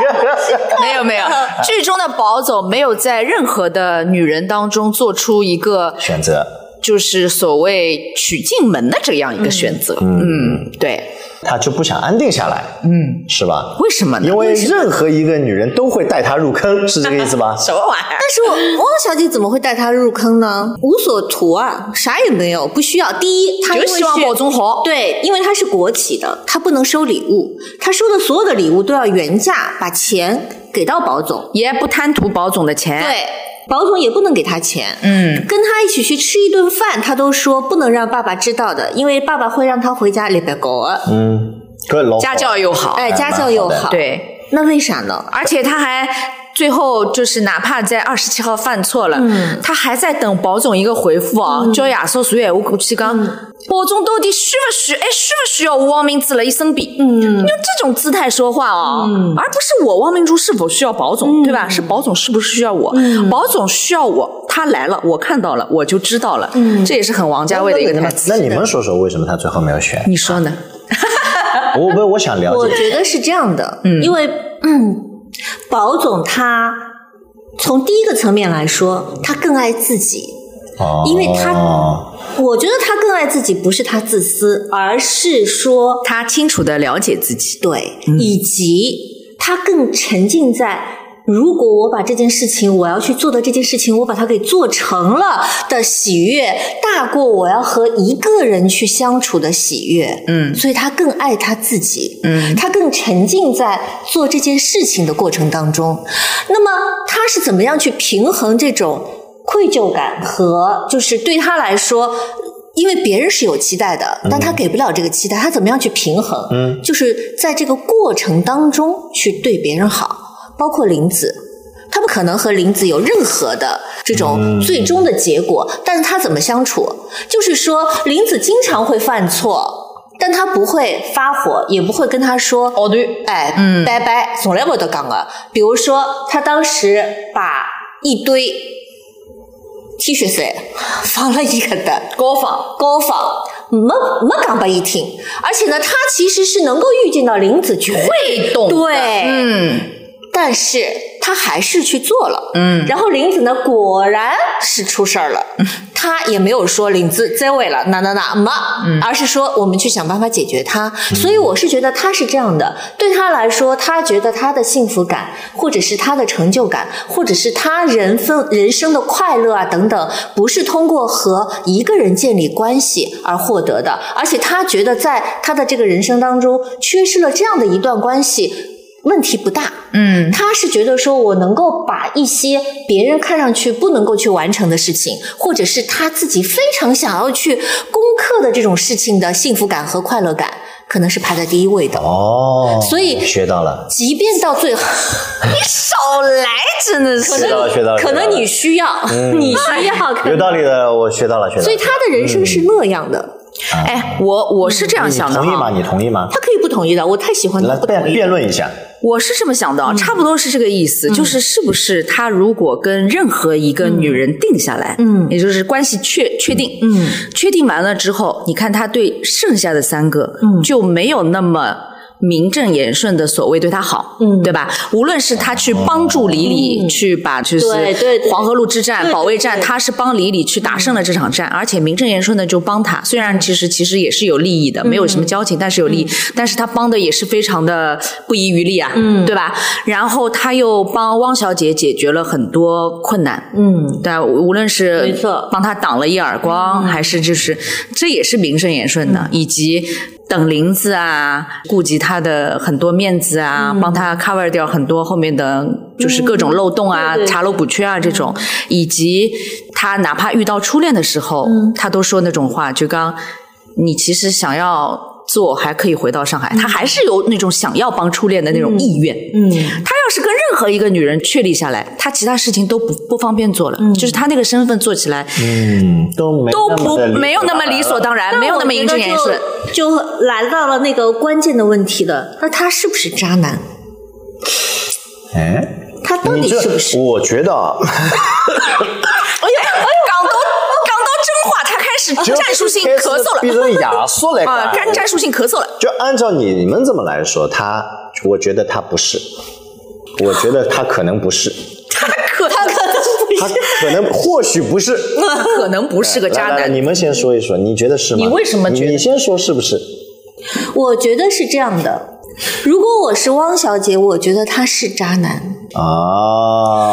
Speaker 2: 没有，没有。剧中的保总没有在任何的女人当中做出一个
Speaker 1: 选择，
Speaker 2: 就是所谓娶进门的这样一个选择。嗯，对，
Speaker 1: 她就不想安定下来，
Speaker 2: 嗯，
Speaker 1: 是吧？
Speaker 2: 为什么呢？
Speaker 1: 因为任何一个女人都会带她入坑，是这个意思 吧？
Speaker 2: 什么玩意儿？
Speaker 3: 但是我汪小姐怎么会带他入坑呢？无所图啊，啥也没有，不需要。第一，她因
Speaker 2: 就
Speaker 3: 为
Speaker 2: 希望
Speaker 3: 是
Speaker 2: 保总好。
Speaker 3: 对，因为她是国企的，她不能收礼物，她收的所有的礼物都要原价把钱给到保总。
Speaker 2: 也不贪图保总的钱。，
Speaker 3: 对，保总也不能给她钱。
Speaker 2: 嗯，
Speaker 3: 跟他一起去吃一顿饭，他都说不能让爸爸知道的，因为爸爸会让他回家里边狗儿。
Speaker 1: 嗯，搿老好
Speaker 2: 家教又好，
Speaker 3: 哎，家教又好。，
Speaker 2: 对，
Speaker 3: 那为啥呢？
Speaker 2: 而且他还最后就是哪怕在二十七号犯错了，他还在等保总一个回复啊。叫亚叔随闲话过去讲，保总到底需不需？哎，需不需要我汪明珠来伊身边？嗯，用这种姿态说话哦，而不是我汪明珠是否需要保总，对吧？是保总是不是需要我？保总需要我，他来了，我看到了，我就知道了。嗯，这也是很王家卫的一个台词。
Speaker 1: 哎那你们说说为什么他最后没有选？
Speaker 2: 你说呢？
Speaker 1: 我不，我想了
Speaker 3: 我
Speaker 1: 解。
Speaker 3: 觉得是这样的，因为嗯，保总他从第一个层面来说，他更爱自己。
Speaker 1: 哦
Speaker 3: 因为他我觉得他更爱自己，不是他自私，而是说
Speaker 2: 他清楚的了解自己。
Speaker 3: 对，
Speaker 2: 嗯
Speaker 3: 以及他更沉浸在。如果我把这件事情，我要去做的这件事情，我把它给做成了的喜悦，大过我要和一个人去相处的喜悦。
Speaker 2: 嗯
Speaker 3: 所以他更爱他自己，
Speaker 2: 嗯
Speaker 3: 他更沉浸在做这件事情的过程当中。那么他是怎么样去平衡这种愧疚感和就是对他来说？因为别人是有期待的，
Speaker 2: 嗯
Speaker 3: 但他给不了这个期待，他怎么样去平衡？
Speaker 1: 嗯，
Speaker 3: 就是在这个过程当中去对别人好，包括林子，他不可能和林子有任何的这种最终的结果，但是他怎么相处？就是说，林子经常会犯错，但他不会发火，也不会跟他说
Speaker 2: 哦，对，
Speaker 3: 哎，
Speaker 2: 嗯
Speaker 3: 拜拜，从来没得讲的。比如说，他当时把一堆 T 恤衫放了一个的
Speaker 2: 高仿。
Speaker 3: 高仿，没没敢把一听，而且呢，他其实是能够预见到林子去会
Speaker 2: 被动的
Speaker 3: 对
Speaker 2: 嗯
Speaker 3: 但是他还是去做了。
Speaker 2: 嗯，
Speaker 3: 然后林子呢，果然是出事儿了。他也没有说林子这位了，那那那么，而是说我们去想办法解决它。所以我是觉得他是这样的，对他来说，他觉得他的幸福感，或者是他的成就感，或者是他人分人生的快乐啊等等，不是通过和一个人建立关系而获得的。而且他觉得在他的这个人生当中，缺失了这样的一段关系，问题不大。
Speaker 2: 嗯
Speaker 3: 他是觉得说我能够把一些别人看上去不能够去完成的事情，或者是他自己非常想要去攻克的这种事情的幸福感和快乐感，可能是排在第一位的。
Speaker 1: 哦，
Speaker 3: 所以
Speaker 1: 学到了，
Speaker 3: 即便到最后，
Speaker 2: 你少来，真的是
Speaker 3: 可
Speaker 1: 学到了学到
Speaker 3: 能
Speaker 1: 了嗯
Speaker 3: 可能你需要， 你需要，可能
Speaker 1: 有道理的，我学到了，学嗯到了。
Speaker 3: 所以他的人生是那样的，
Speaker 2: 哎，我我
Speaker 3: 嗯
Speaker 2: 是这样想的
Speaker 1: 你同意吗？
Speaker 2: 哈，
Speaker 1: 你同意吗？
Speaker 3: 他可以不同意的。我太喜欢他
Speaker 1: 来
Speaker 3: 不
Speaker 1: 辩
Speaker 3: 同意
Speaker 1: 辩。论一下，
Speaker 2: 我是这么想的
Speaker 3: 嗯
Speaker 2: 啊，差不多是这个意思，就是是不是他如果跟任何一个女人定下来，
Speaker 3: 嗯
Speaker 2: 也就是关系确确定，
Speaker 3: 嗯，
Speaker 2: 确定完了之后，你看他对剩下的三个，
Speaker 3: 嗯
Speaker 2: 就没有那么。名正言顺的所谓对他好，
Speaker 3: 嗯
Speaker 2: 对吧？无论是他去帮助李李、
Speaker 3: 嗯
Speaker 2: 去把就是
Speaker 3: 对对对
Speaker 2: 黄河路之战、
Speaker 3: 对对
Speaker 2: 保卫战，
Speaker 3: 对
Speaker 2: 他是帮李李去打胜了这场战，而且名正言顺的就帮他。虽然其实其实也是有利益的，
Speaker 3: 嗯
Speaker 2: 没有什么交情，但是有利益，但是他帮的也是非常的不遗余力啊，
Speaker 3: 嗯
Speaker 2: 对吧？然后他又帮汪小姐解决了很多困难，
Speaker 3: 嗯，
Speaker 2: 对啊，无无论是
Speaker 3: 没错嗯
Speaker 2: 帮他挡了一耳光，还是就是这也是名正言顺的，以及等林子啊，顾及他的很多面子啊，
Speaker 3: 嗯
Speaker 2: 帮他 cover 掉很多后面的就是各种漏洞啊、
Speaker 3: 对嗯对
Speaker 2: 查漏补缺啊这种，以及他哪怕遇到初恋的时候，
Speaker 3: 嗯
Speaker 2: 他都说那种话，就刚你其实想要做还可以回到上海，他还是有那种想要帮初恋的那种意愿，
Speaker 3: 嗯。
Speaker 2: 他要是跟任何一个女人确立下来，他其他事情都不不方便做了，就是他那个身份做起来
Speaker 1: 嗯，都没
Speaker 2: 都
Speaker 1: 那么
Speaker 2: 不
Speaker 1: 的
Speaker 2: 没有那么理所当然，
Speaker 3: 但
Speaker 2: 没有
Speaker 3: 我
Speaker 2: 那么
Speaker 3: 觉
Speaker 2: 名
Speaker 3: 得
Speaker 2: 正言
Speaker 3: 就
Speaker 2: 顺。
Speaker 3: 就来到了那个关键的问题了。那他是不是渣男？
Speaker 1: 然了。哎，
Speaker 3: 他到底
Speaker 1: 你这
Speaker 3: 是不是？
Speaker 1: 我觉得啊，
Speaker 2: 哎呀，港东港东真话，他开始
Speaker 1: 就
Speaker 2: 战术性
Speaker 1: 开始
Speaker 2: 咳嗽
Speaker 1: 变
Speaker 2: 了
Speaker 1: 成亚缩来
Speaker 2: 啊，
Speaker 1: 干
Speaker 2: 战战术性咳嗽了。
Speaker 1: 就按照你你们这么来说，他，我觉得他不是，我觉得他可能不 是，
Speaker 2: 他可
Speaker 3: 他可能不
Speaker 1: 他可能或许不是
Speaker 2: 他可能不是个渣
Speaker 1: 来来来
Speaker 2: 男。
Speaker 1: 你们先说一说，你觉得是吗？
Speaker 2: 你为什么觉得
Speaker 1: 你先说是不是？
Speaker 3: 我觉得是这样的。如果我是汪小姐，我觉得他是渣男，
Speaker 1: 啊，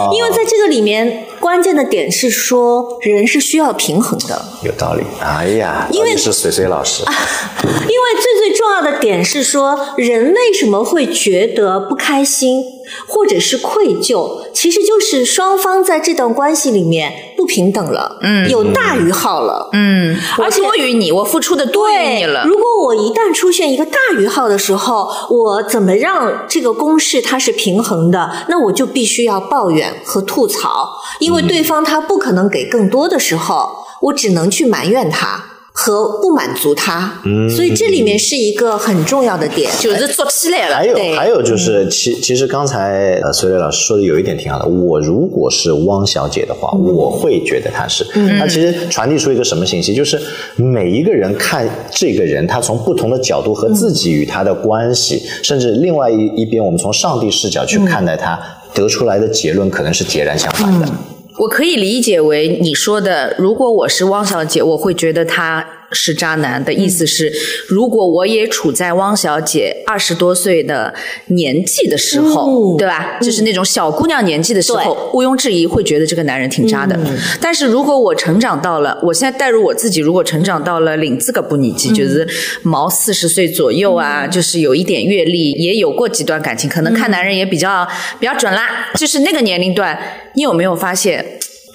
Speaker 2: 哦
Speaker 3: 因为在这个里面，关键的点是说人是需要平衡的。
Speaker 1: 有道理。哎呀，
Speaker 3: 因为
Speaker 1: 到底是水水老师，
Speaker 3: 因为最最重要的点是说，人为什么会觉得不开心或者是愧疚，其实就是双方在这段关系里面不平等了，嗯，有大于号了，
Speaker 2: 嗯，而且我与你，我付出的多于你了。
Speaker 3: 哎如果我一旦出现一个大于号的时候，我怎么让这个公式它是平衡的？那我就必须要抱怨和吐槽，因为对方他不可能给更多的时候，我只能去埋怨他和不满足他。
Speaker 1: 嗯
Speaker 3: 所以这里面是一个很重要的点。
Speaker 2: 就是做起来
Speaker 1: 还
Speaker 2: 了，
Speaker 1: 有
Speaker 3: 对
Speaker 1: 还有就是，其其实刚才呃，水水老师说的有一点挺好的。我如果是汪小姐的话，
Speaker 3: 嗯
Speaker 1: 我会觉得她是。她其实传递出一个什么信息？就是每一个人看这个人，他从不同的角度和自己与他的关系，
Speaker 3: 嗯
Speaker 1: 甚至另外一一边，我们从上帝视角去看待他，得出来的结论可能是截然相反的。
Speaker 2: 我可以理解为你说的，如果我是汪小姐，我会觉得他是渣男的意
Speaker 3: 嗯
Speaker 2: 思是，如果我也处在汪小姐二十多岁的年纪的时候，
Speaker 3: 嗯
Speaker 2: 对吧？就是那种小姑娘年纪的时候，毋庸置疑会觉得这个男人挺渣的。
Speaker 3: 嗯
Speaker 2: 但是如果我成长到了，我现在代入我自己，如果成长到了领这个不年纪，
Speaker 3: 嗯
Speaker 2: 就是毛四十岁左右啊，就是有一点阅历，也有过几段感情，可能看男人也比较比较准啦。就是那个年龄段，你有没有发现？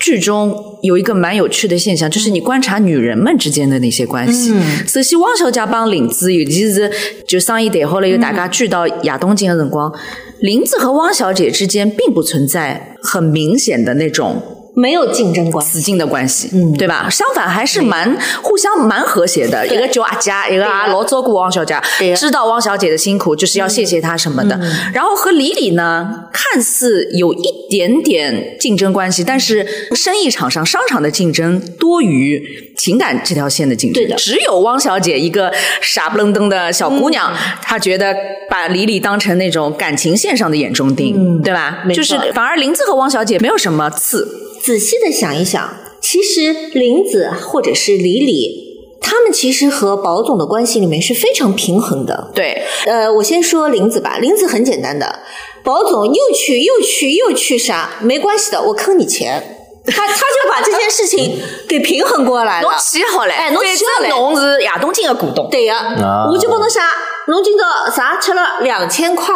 Speaker 2: 剧中有一个蛮有趣的现象，就是你观察女人们之间的那些关系。首先，汪小姐帮林子，尤其是就上一代后来又大家聚到亚东京的辰光，林子和汪小姐之间并不存在很明显的那种
Speaker 3: 没有竞争关系。
Speaker 2: 死劲的关系，
Speaker 3: 嗯
Speaker 2: 对吧？相反还是蛮互相蛮和谐的，一个叫阿家，一个啊
Speaker 3: 对呀
Speaker 2: 老照顾汪小姐
Speaker 3: 对，呀嗯
Speaker 2: 知道汪小姐的辛苦，就是要谢谢她什么的。然后和李李呢，看似有一点点竞争关系，但是生意场上、商场的竞争多于情感这条线的竞争。
Speaker 3: 对的
Speaker 2: 只有汪小姐一个傻不愣登的小姑娘，
Speaker 3: 嗯
Speaker 2: 她觉得把李李当成那种感情线上的眼中钉，
Speaker 3: 嗯
Speaker 2: 对吧？
Speaker 3: 没错
Speaker 2: 就是反而林子和汪小姐没有什么刺。
Speaker 3: 仔细的想一想，其实林子或者是李李，他们其实和保总的关系里面是非常平衡的。
Speaker 2: 对，
Speaker 3: 呃，我先说林子吧，林子很简单的，保总又去又去又去啥，没关系的，我坑你钱。他他就把这件事情给平衡过来了
Speaker 2: 侬。起好了，
Speaker 3: 哎侬
Speaker 2: 反
Speaker 3: 起好
Speaker 2: 正
Speaker 3: 了
Speaker 2: 侬是亚东金的股东，
Speaker 3: 对呀、
Speaker 1: 啊
Speaker 3: 我就帮侬啥，侬今朝啥吃了两千块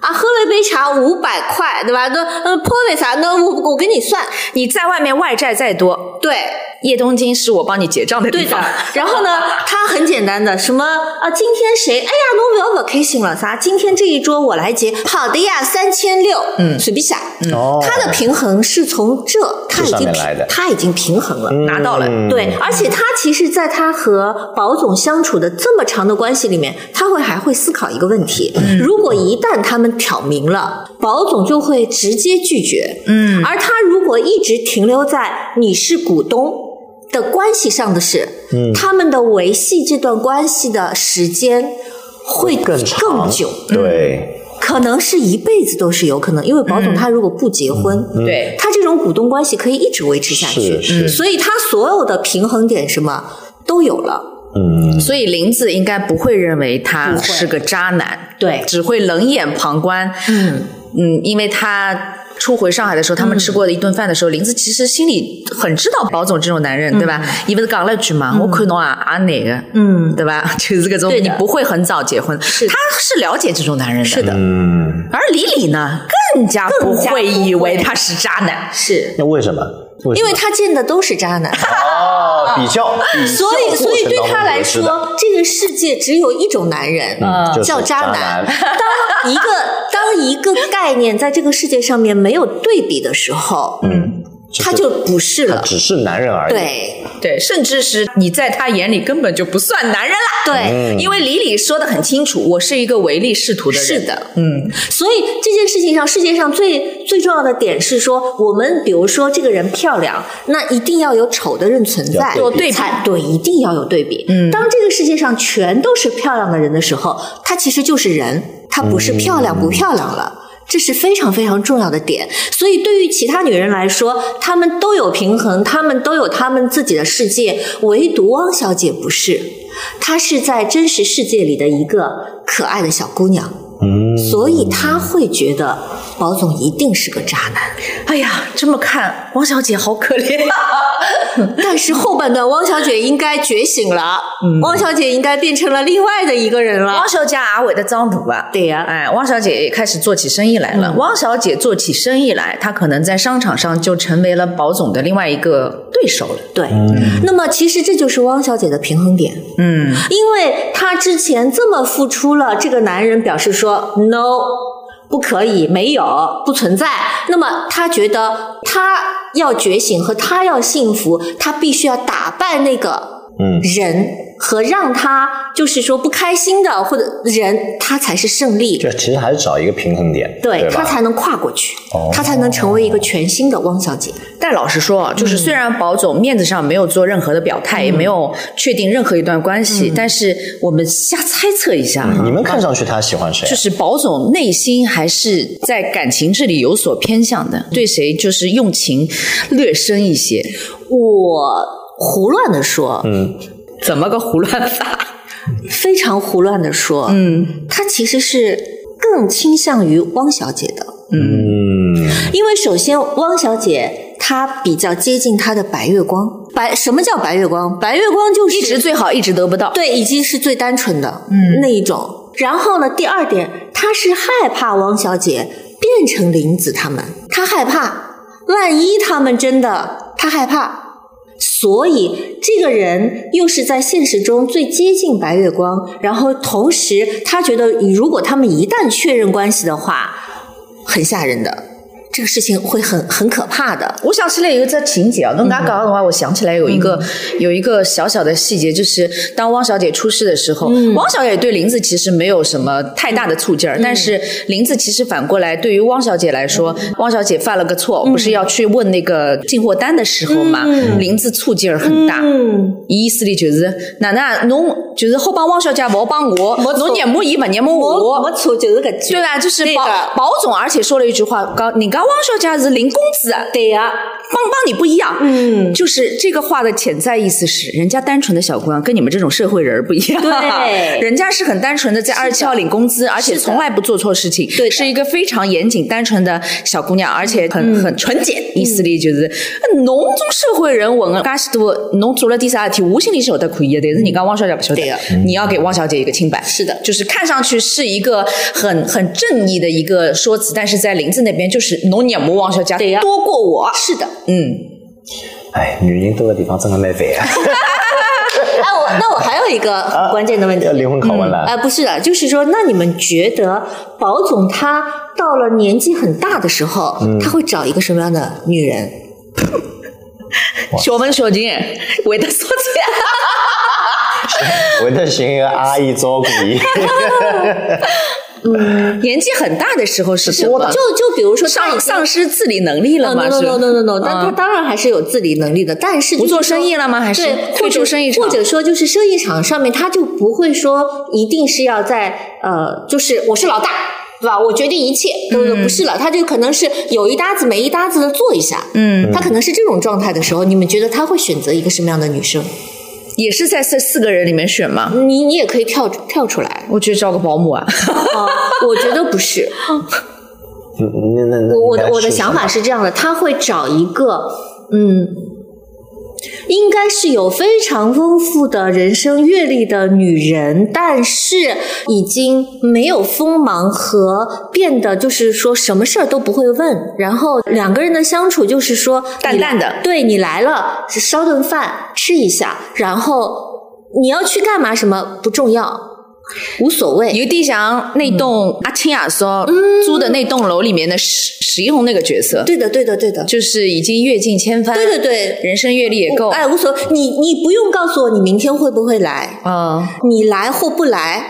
Speaker 3: 啊，喝了一杯茶五百块，对吧？那嗯，破费啥？那我我给你算，
Speaker 2: 你在外面外债再多，
Speaker 3: 对，
Speaker 2: 叶东金是我帮你结账的地
Speaker 3: 对的
Speaker 2: 方。。
Speaker 3: 然后呢，他很简单的，什么啊，今天谁？哎呀，侬不要不开心了啥？今天这一桌我来结，好的呀，三千六，嗯，随便下。
Speaker 1: 哦
Speaker 3: 他的平衡是从这，他已
Speaker 1: 上
Speaker 3: 经
Speaker 1: 面来的
Speaker 3: 平他已经平衡了。
Speaker 2: 拿到了
Speaker 1: 嗯
Speaker 3: 对，而且他其实，在他和保总相处的这么长的关系里面，他会还会思考一个问题：
Speaker 1: 嗯
Speaker 3: 如果一旦他们挑明了，保总就会直接拒绝。嗯，而他如果一直停留在你是股东的关系上的事，嗯，他们的维系这段关系的时间会
Speaker 1: 更长
Speaker 3: 更久。
Speaker 1: 对，
Speaker 3: 可能是一辈子都是有可能，因为保
Speaker 1: 嗯
Speaker 3: 总他如果不结婚，
Speaker 2: 对
Speaker 3: 他这种股东关系可以一直维持下去，
Speaker 1: 是是
Speaker 3: 所以他所有的平衡点什么都有了。
Speaker 1: 嗯，
Speaker 2: 所以林子应该不会认为他
Speaker 3: 不会
Speaker 2: 是个渣男，
Speaker 3: 对
Speaker 2: 只会冷眼旁观。
Speaker 3: 嗯
Speaker 2: 嗯，因为他初回上海的时候，他们吃过的一顿饭的时候，林子其实心里很知道保总这种男人，对吧？伊不是讲了一句嘛，我看侬啊也哪个，
Speaker 3: 嗯，
Speaker 2: 对吧？ 就是这种
Speaker 3: 对的
Speaker 2: 你不会很早结婚，他是了解这种男人的，
Speaker 3: 是的
Speaker 1: 嗯，
Speaker 2: 而李李呢，更加不
Speaker 3: 更加不
Speaker 2: 会
Speaker 3: 会
Speaker 2: 以为他是渣男。
Speaker 3: 是
Speaker 1: 那为什么？为什
Speaker 3: 因
Speaker 1: 么
Speaker 3: 为他见的都是渣 男，
Speaker 1: 哦，比较，比较
Speaker 3: 所以所以对他来
Speaker 1: 过程当中得知的，
Speaker 3: 说，这个世界只有一种男人，
Speaker 1: 嗯，就是
Speaker 3: 叫
Speaker 1: 渣
Speaker 3: 啊渣男。当一个当一个概念在这个世界上面没有对比的时候，
Speaker 1: 嗯，是
Speaker 3: 他就不是
Speaker 1: 他
Speaker 3: 了。
Speaker 1: 只是男人而已，，
Speaker 3: 对
Speaker 2: 对，甚至是你在他眼里根本就不算男人啦。
Speaker 3: 对，
Speaker 1: 嗯
Speaker 2: 因为李李说的很清楚，我是一个唯利是图的人。
Speaker 3: 是，的，
Speaker 2: 嗯，
Speaker 3: 所以这件事情上，世界上最最重要的点是说，我们比如说这个人漂亮，那一定要有丑的人存在，
Speaker 1: 有
Speaker 2: 对比
Speaker 3: 才对，一定要有对比。
Speaker 2: 嗯
Speaker 3: 当这个世界上全都是漂亮的人的时候，他其实就是人，他不是漂
Speaker 2: 嗯
Speaker 3: 亮不漂亮了。这是非常非常重要的点，所以对于其他女人来说，她们都有平衡，她们都有她们自己的世界，唯独汪小姐不是，她是在真实世界里的一个可爱的小姑娘。
Speaker 1: 嗯，
Speaker 3: 所以他会觉得保总一定是个渣男。
Speaker 2: 哎呀，这么看，王小姐好可 怜啊。
Speaker 3: 但是后半段，汪小姐应该觉醒了，汪小姐应该变成了另外的一个人了
Speaker 2: 汪。小姐也会得装大啊。
Speaker 3: 对呀
Speaker 2: 哎，汪小姐也开始做起生意来了。汪小姐做起生意来，她可能在商场上就成为了保总的另外一个对手了。
Speaker 3: 对，那么其实这就是汪小姐的平衡点，
Speaker 2: 嗯，
Speaker 3: 因为她之前这么付出了，这个男人表示说 no。不可以，没有，不存在。那么她觉得她要觉醒和她要幸福，她必须要打败那个
Speaker 1: 嗯，
Speaker 3: 人和让他就是说不开心的或者人，他才是胜利
Speaker 1: 就，其实还是找一个平衡点，
Speaker 3: 对
Speaker 1: 对吧
Speaker 3: 他才能跨过去，
Speaker 1: 哦
Speaker 3: 他才能成为一个全新的汪小姐。
Speaker 2: 但老实说，啊就是虽然保总面子上没有做任何的表态，也没有确定任何一段关系，但是我们瞎猜测一下，啊
Speaker 1: 你们看上去他喜欢谁啊？
Speaker 2: 就是保总内心还是在感情这里有所偏向的，对谁就是用情 略深一些。
Speaker 3: 我胡乱的说，
Speaker 1: 嗯，
Speaker 2: 怎么个胡乱法？
Speaker 3: 非常胡乱的说，
Speaker 2: 嗯
Speaker 3: 他其实是更倾向于汪小姐的，
Speaker 1: 嗯，
Speaker 3: 因为首先汪小姐她比较接近她的白月光。白什么叫白月光？白月光就 是
Speaker 2: 一直最好，一直得不到。
Speaker 3: 对，已经是最单纯的那一种。然后呢，第二点，他是害怕王小姐变成林子他们，他害怕，万一他们真的，他害怕。所以，这个人又是在现实中最接近白月光，然后同时他觉得，如果他们一旦确认关系的话，很吓人的。这个事情会很很可怕的。
Speaker 2: 我想起来有一个情节啊，侬刚讲的话，我想起来有一个、有一个小小的细节，就是当汪小姐出事的时候，汪小姐对林子其实没有什么太大的醋劲儿，但是林子其实反过来对于汪小姐来说，汪小姐犯了个错，不是要去问那个进货单的时候嘛，林子醋劲儿很大，
Speaker 3: 嗯，
Speaker 2: 伊意思里就是哪能侬就是好帮汪小姐，勿好帮我，侬惹骂伊，勿惹骂
Speaker 3: 我我错就是搿句，
Speaker 2: 对吧？就是
Speaker 3: 对
Speaker 2: 保
Speaker 3: 的
Speaker 2: 保总，而且说了一句话，刚人家汪小姐是领工资的，
Speaker 3: 对呀、
Speaker 2: 帮帮啊你不一样。
Speaker 3: 嗯
Speaker 2: 就是这个话的潜在意思是，人家单纯的小姑娘跟你们这种社会人儿不一样，
Speaker 3: 对
Speaker 2: 人家是很单纯的在二十七号领工资，而且从来不做错事情，
Speaker 3: 对的
Speaker 2: 是一个非常严谨单纯的小姑娘，而且很、很纯洁。意思里就是，侬种社会人混了噶许多，侬做了点啥事体，我心里晓得可以的，但是人家汪小姐不晓得
Speaker 3: 对的，
Speaker 2: 你要给汪小姐一个清白。
Speaker 3: 是的
Speaker 2: 就是看上去是一个很很正义的一个说辞，但是在林子那边就是侬惹母汪小姐
Speaker 3: 对呀
Speaker 2: 多过我，
Speaker 3: 是的。
Speaker 2: 嗯。
Speaker 1: 哎，女人多的地方真的蛮烦啊。
Speaker 3: 哎，我那我还有一个很关键的问题，
Speaker 1: 啊要灵魂拷啊问了。
Speaker 3: 哎，不是的，就是说，那你们觉得宝总他到了年纪很大的时候，
Speaker 1: 嗯
Speaker 3: 他会找一个什么样的女人？
Speaker 2: 小文小静会得说这，
Speaker 1: 我得寻一个阿姨照顾伊，
Speaker 2: 年纪很大的啊时候是什
Speaker 3: 就
Speaker 2: 么？
Speaker 3: 就比如说他
Speaker 2: 丧
Speaker 3: 已经
Speaker 2: 丧失自理能力了吗？
Speaker 3: 嗯 no
Speaker 2: 是
Speaker 3: no no no no no，但他
Speaker 2: 嗯
Speaker 3: 当然还是有自理能力的，但是就
Speaker 2: 不
Speaker 3: 是
Speaker 2: 做
Speaker 3: 说
Speaker 2: 生意了吗？还是
Speaker 3: 对，
Speaker 2: 退
Speaker 3: 或
Speaker 2: 出
Speaker 3: 者
Speaker 2: 生意场
Speaker 3: 或？者说就是生意场上面，他就不会说一定是要在呃，就是我是老大，对吧？我决定一切，对不
Speaker 2: 嗯
Speaker 3: 对？不是了，他就可能是有一搭子没一搭子的做一下，
Speaker 2: 嗯，
Speaker 3: 他可能是这种状态的时候，你们觉得他会选择一个什么样的女生？
Speaker 2: 也是在这四个人里面选吗？，
Speaker 3: 你你也可以跳出跳出来
Speaker 2: 我觉得招个保姆啊，
Speaker 3: 啊，我觉得不是，
Speaker 1: 那那那
Speaker 3: 我我
Speaker 1: 那
Speaker 3: 的我的
Speaker 1: 是
Speaker 3: 想法是这样的，他会找一个，嗯，应该是有非常丰富的人生阅历的女人，但是已经没有锋芒和变得就是说什么事儿都不会问，然后两个人的相处就是说
Speaker 2: 淡
Speaker 3: 你来
Speaker 2: 淡的
Speaker 3: 对你来了烧顿饭吃一下，然后你要去干嘛什么不重要，无所谓，
Speaker 2: 有点像那栋阿青阿嫂租的那栋楼里面的史史一红那个角色，
Speaker 3: 对的对的对的，
Speaker 2: 就是已经阅尽千帆，
Speaker 3: 对对对，
Speaker 2: 人生阅历也够，
Speaker 3: 哎，无所谓，你你不用告诉我你明天会不会来，
Speaker 2: 嗯
Speaker 3: 你来或不来，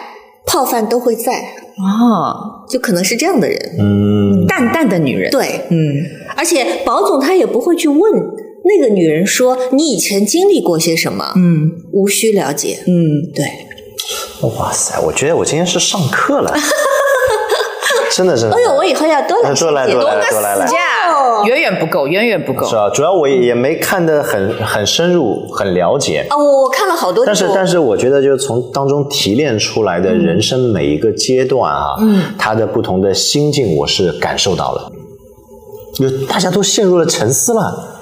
Speaker 3: 泡饭都会在，
Speaker 2: 哦，
Speaker 3: 就可能是这样的人。
Speaker 1: 嗯，
Speaker 2: 淡淡的女人，，
Speaker 3: 对，
Speaker 2: 嗯，
Speaker 3: 而且保总他也不会去问那个女人说你以前经历过些什么，
Speaker 2: 嗯
Speaker 3: 无需了解。
Speaker 2: 嗯，
Speaker 3: 对，
Speaker 1: 哇塞，我觉得我今天是上课了，真的真的。
Speaker 3: 哎呦，我以后要多来
Speaker 1: 嗯多来
Speaker 3: 了解
Speaker 1: 多来
Speaker 3: 多
Speaker 1: 多来来
Speaker 2: 这样远远不够，远远不够，
Speaker 1: 是啊，主要我也没看得很很深入，很了解。
Speaker 3: 啊，我我看了好多
Speaker 1: 但
Speaker 3: 这
Speaker 1: 是
Speaker 2: 哦
Speaker 3: 种，，
Speaker 1: 但是我觉得，就是从当中提炼出来的人生每一个阶段啊，嗯，它的不同的心境，我是感受到了。就大家都陷入了沉思了，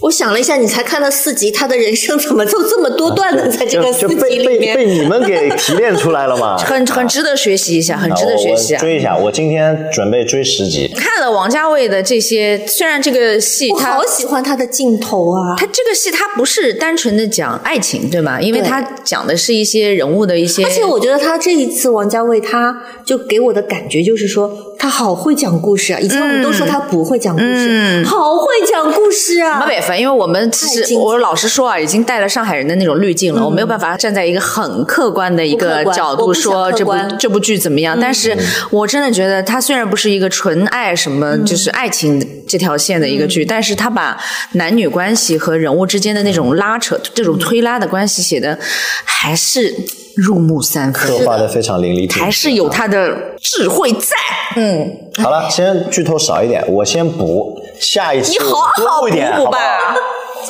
Speaker 3: 我想了一下，你才看了四集，他的人生怎么就这么多段呢？在
Speaker 1: 就
Speaker 3: 这个四
Speaker 1: 就被
Speaker 3: 集里
Speaker 1: 被
Speaker 3: 面，
Speaker 1: 被你们给提炼出来了嘛，
Speaker 2: 很很值得学习一下，很值得学习
Speaker 1: 啊我我
Speaker 2: 啊。
Speaker 1: 追一下，我今天准备追十集。
Speaker 2: 看了王家卫的这些，虽然这个戏
Speaker 3: 我
Speaker 2: 它
Speaker 3: 好喜欢他的镜头啊，
Speaker 2: 它这个戏它不是单纯的讲爱情，对吗？因为
Speaker 3: 对
Speaker 2: 它讲的是一些人物的一些，
Speaker 3: 而且我觉得他这一次王家卫，他就给我的感觉就是说，他好会讲故事啊！以前我们都说他不会讲故事，
Speaker 2: 嗯
Speaker 3: 好会讲故事啊
Speaker 2: 没！办法，因为我们其
Speaker 3: 太
Speaker 2: 实
Speaker 3: 精彩
Speaker 2: 我老实说啊，已经带了上海人的那种滤镜了，我没有办法站在一个很客观的一
Speaker 3: 嗯不
Speaker 2: 个
Speaker 3: 客观
Speaker 2: 角
Speaker 3: 我
Speaker 2: 度
Speaker 3: 不想
Speaker 2: 说
Speaker 3: 客
Speaker 2: 这部
Speaker 3: 观嗯
Speaker 2: 这部剧怎么样。但
Speaker 1: 嗯
Speaker 2: 是我真的觉得，它虽然不是一个纯爱什么，就是爱情这条线的一个
Speaker 3: 嗯
Speaker 2: 剧，但是它把男女关系和人物之间的那种拉扯、这种推拉的关系写的还是入木三分
Speaker 1: 刻。画的非常淋漓尽致，
Speaker 2: 还是有它的智慧在，嗯，
Speaker 1: 好了，先剧透少一点，我先补，下一次
Speaker 2: 你好
Speaker 1: 多
Speaker 2: 好
Speaker 1: 一点，
Speaker 2: 补补
Speaker 1: 好不
Speaker 2: 吧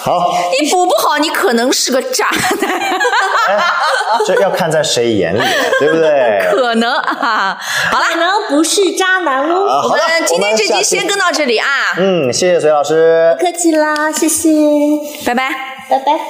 Speaker 1: 好？好，
Speaker 2: 你补不好，你可能是个渣 男。
Speaker 1: 这要看在谁眼里，对不 对？
Speaker 2: 可能啊。好了，
Speaker 3: 可能不是渣男
Speaker 1: 啊，
Speaker 3: 哦，
Speaker 2: 我
Speaker 1: 好
Speaker 2: 们
Speaker 1: 的，
Speaker 2: 今天这
Speaker 1: 我
Speaker 2: 集
Speaker 1: 们下期
Speaker 2: 先跟到这里啊，
Speaker 1: 嗯，谢谢隋老师。嗯
Speaker 3: 不客气啦，谢谢，
Speaker 2: 拜拜。
Speaker 3: 拜拜。